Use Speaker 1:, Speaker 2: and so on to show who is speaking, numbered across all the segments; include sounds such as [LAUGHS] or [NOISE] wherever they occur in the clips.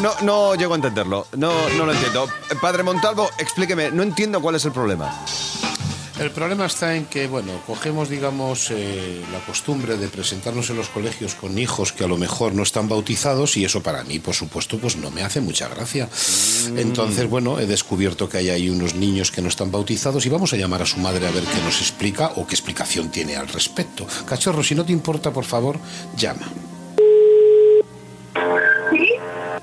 Speaker 1: no, no llego a entenderlo. No, no lo entiendo. Eh, Padre Montalvo, explíqueme. No entiendo cuál es el problema.
Speaker 2: El problema está en que, bueno, cogemos, digamos, eh, la costumbre de presentarnos en los colegios con hijos que a lo mejor no están bautizados y eso para mí, por supuesto, pues no me hace mucha gracia. Entonces, bueno, he descubierto que hay ahí unos niños que no están bautizados y vamos a llamar a su madre a ver qué nos explica o qué explicación tiene al respecto. Cachorro, si no te importa, por favor, llama.
Speaker 3: ¿Sí?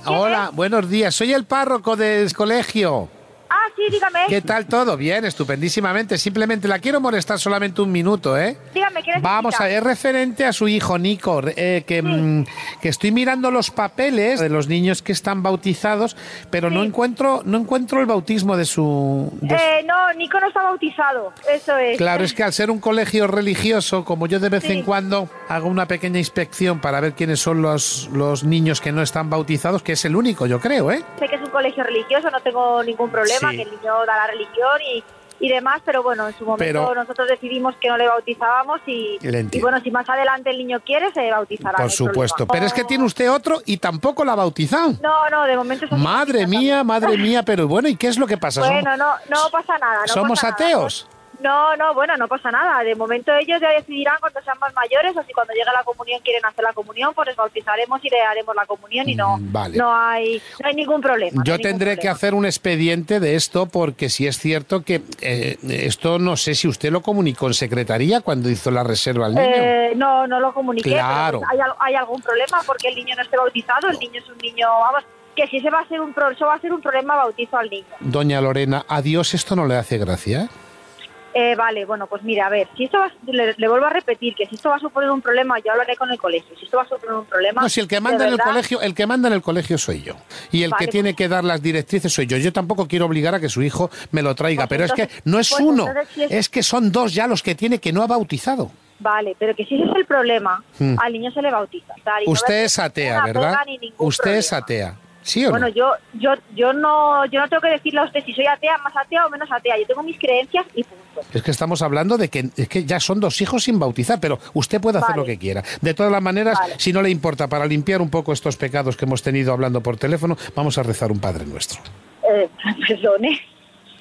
Speaker 4: Hola, buenos días. Soy el párroco del colegio.
Speaker 3: Ah, sí, dígame.
Speaker 4: ¿Qué tal todo? Bien, estupendísimamente. Simplemente la quiero molestar solamente un minuto, ¿eh?
Speaker 3: Dígame, ¿qué necesita?
Speaker 4: Vamos a ver, referente a su hijo Nico, eh, que, mm, que estoy mirando los papeles de los niños que están bautizados, pero no encuentro no encuentro el bautismo de su... de su-
Speaker 3: Eh, no, Nico no está bautizado. Eso es.
Speaker 4: Pues- Claro, es que al ser un colegio religioso, como yo de vez
Speaker 3: Sí.
Speaker 4: en cuando hago una pequeña inspección para ver quiénes son los, los niños que no están bautizados, que es el único, yo creo, ¿eh?
Speaker 3: Sé que es un colegio religioso, no tengo ningún problema,
Speaker 4: Sí.
Speaker 3: que el niño da la religión y, y demás, pero bueno, en su momento
Speaker 4: Pero-
Speaker 3: nosotros decidimos que no le bautizábamos y,
Speaker 4: Le entiendo.
Speaker 3: y bueno, si más adelante el niño quiere, se bautizará. no
Speaker 4: Por
Speaker 3: hay
Speaker 4: supuesto.
Speaker 3: problema.
Speaker 4: Pero es que
Speaker 3: Oh.
Speaker 4: tiene usted otro y tampoco la ha bautizado.
Speaker 3: No, no, de momento... son
Speaker 4: Madre
Speaker 3: bautizados.
Speaker 4: mía, madre mía, pero bueno, ¿y qué es lo que pasa? Son-
Speaker 3: Bueno, no, no pasa nada. no
Speaker 4: ¿Somos
Speaker 3: pasa nada.
Speaker 4: ateos?
Speaker 3: No, no, bueno, no pasa nada. De momento ellos ya decidirán cuando sean más mayores o si cuando llegue la comunión quieren hacer la comunión, pues les bautizaremos y le haremos la comunión y no,
Speaker 4: Mm, vale.
Speaker 3: no, hay, no hay ningún problema. no
Speaker 4: Yo
Speaker 3: hay ningún
Speaker 4: tendré que
Speaker 3: problema.
Speaker 4: hacer un expediente de esto porque si es cierto que eh, esto no sé si usted lo comunicó en secretaría cuando hizo la reserva al niño.
Speaker 3: Eh, no, no lo comuniqué. pero
Speaker 4: Claro.
Speaker 3: pues hay, al- hay algún problema porque el niño no esté bautizado, el niño es un niño, vamos, que si ese va a ser un, pro- eso va a ser un problema bautizo al niño.
Speaker 4: Doña Lorena, a Dios esto no le hace gracia.
Speaker 3: Eh, vale, bueno, pues mira, a ver, si esto va, le, le vuelvo a repetir que si esto va a suponer un problema, yo hablaré con el colegio. Si esto va a suponer un problema,
Speaker 4: No, si el que
Speaker 3: de
Speaker 4: manda en el
Speaker 3: verdad,
Speaker 4: colegio, el que manda en el colegio soy yo. Y el
Speaker 3: Vale,
Speaker 4: que tiene
Speaker 3: pues-
Speaker 4: que dar las directrices soy yo. Yo tampoco quiero obligar a que su hijo me lo traiga,
Speaker 3: Pues
Speaker 4: pero es que
Speaker 3: entonces-
Speaker 4: no es
Speaker 3: pues
Speaker 4: uno,
Speaker 3: entonces sí es-
Speaker 4: es que son dos ya los que tiene que no ha bautizado.
Speaker 3: Vale, pero que si ese es el problema,
Speaker 4: Hmm.
Speaker 3: al niño se le bautiza. tal, y no va
Speaker 4: Usted
Speaker 3: a
Speaker 4: es
Speaker 3: tener
Speaker 4: atea,
Speaker 3: ninguna
Speaker 4: ¿verdad?
Speaker 3: pega ni ningún
Speaker 4: Usted es
Speaker 3: problema.
Speaker 4: atea. ¿Sí o no?
Speaker 3: Bueno, yo, yo, yo no, yo no tengo que decirle a usted si soy atea, más atea o menos atea. Yo tengo mis creencias y punto.
Speaker 4: Es que estamos hablando de que, es que ya son dos hijos sin bautizar, pero usted puede hacer
Speaker 3: Vale.
Speaker 4: lo que quiera. De todas las maneras,
Speaker 3: Vale.
Speaker 4: si no le importa, para limpiar un poco estos pecados que hemos tenido hablando por teléfono, vamos a rezar un Padre Nuestro.
Speaker 3: Eh, [LAUGHS] perdone.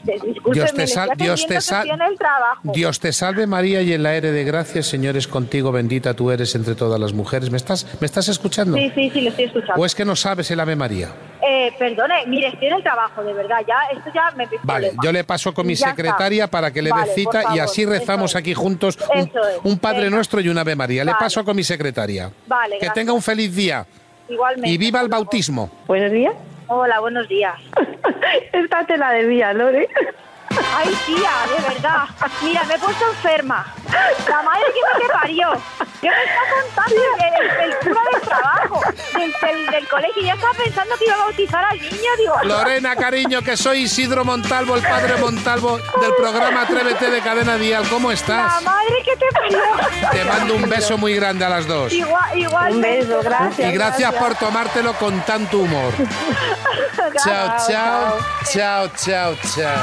Speaker 4: Dios te,
Speaker 3: Discúlpeme,
Speaker 4: sal-
Speaker 3: le estoy
Speaker 4: Dios, te
Speaker 3: atendiendo
Speaker 4: sal-
Speaker 3: que estoy en el trabajo.
Speaker 4: Dios te salve María y en la era de gracia, Señor es contigo, bendita tú eres entre todas las mujeres. ¿Me estás, me estás escuchando?
Speaker 3: Sí, sí, sí, le estoy escuchando.
Speaker 4: ¿O es que no sabes el Ave María?
Speaker 3: Eh, perdone, mire, estoy en el trabajo, de verdad, ya, esto ya me empieza
Speaker 4: Vale,
Speaker 3: problema.
Speaker 4: yo le paso con mi
Speaker 3: Y ya
Speaker 4: secretaria
Speaker 3: está.
Speaker 4: para que le
Speaker 3: Vale,
Speaker 4: dé
Speaker 3: por
Speaker 4: cita y
Speaker 3: favor,
Speaker 4: así rezamos
Speaker 3: eso es.
Speaker 4: aquí juntos un,
Speaker 3: Eso es,
Speaker 4: un Padre
Speaker 3: venga.
Speaker 4: Nuestro y un Ave María. Le
Speaker 3: Vale.
Speaker 4: paso con mi secretaria.
Speaker 3: Vale,
Speaker 4: que
Speaker 3: gracias.
Speaker 4: tenga un feliz día
Speaker 3: Igualmente.
Speaker 4: y viva el
Speaker 3: hasta luego.
Speaker 4: bautismo.
Speaker 5: Buenos días.
Speaker 3: Hola, buenos días. [LAUGHS]
Speaker 5: Esta te la debía, Lore.
Speaker 3: Ay, tía, de verdad. Mira, me he puesto enferma. La madre que me te parió. Yo me está contando el, el, el cura del trabajo, del, del, del colegio. y Yo estaba pensando que iba a bautizar al niño, digo.
Speaker 4: Lorena, cariño, que soy Isidro Montalvo, el padre Montalvo del programa Atrévete de Cadena Dial. ¿Cómo
Speaker 3: La
Speaker 4: estás?
Speaker 3: madre que te parió.
Speaker 4: Te mando un beso muy grande a las dos. Y
Speaker 3: Igual, igual.
Speaker 5: Un beso, gracias.
Speaker 4: gracias por tomártelo con tanto humor. Chao, chao, chao, chao, chao.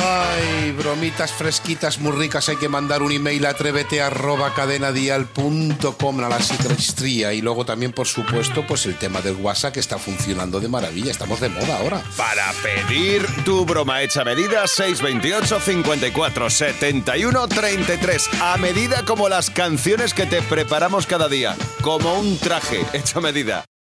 Speaker 4: Ay, bromitas fresquitas muy ricas. Hay que mandar un email a atrévete arroba cadenadial.com a la psiquiatría. Y luego también, por supuesto, pues el tema del WhatsApp que está funcionando de maravilla. Estamos de moda ahora.
Speaker 1: Para pedir tu broma hecha a medida, 628 54 71 33. A medida como las canciones que te preparamos cada día. Como un traje hecho a medida.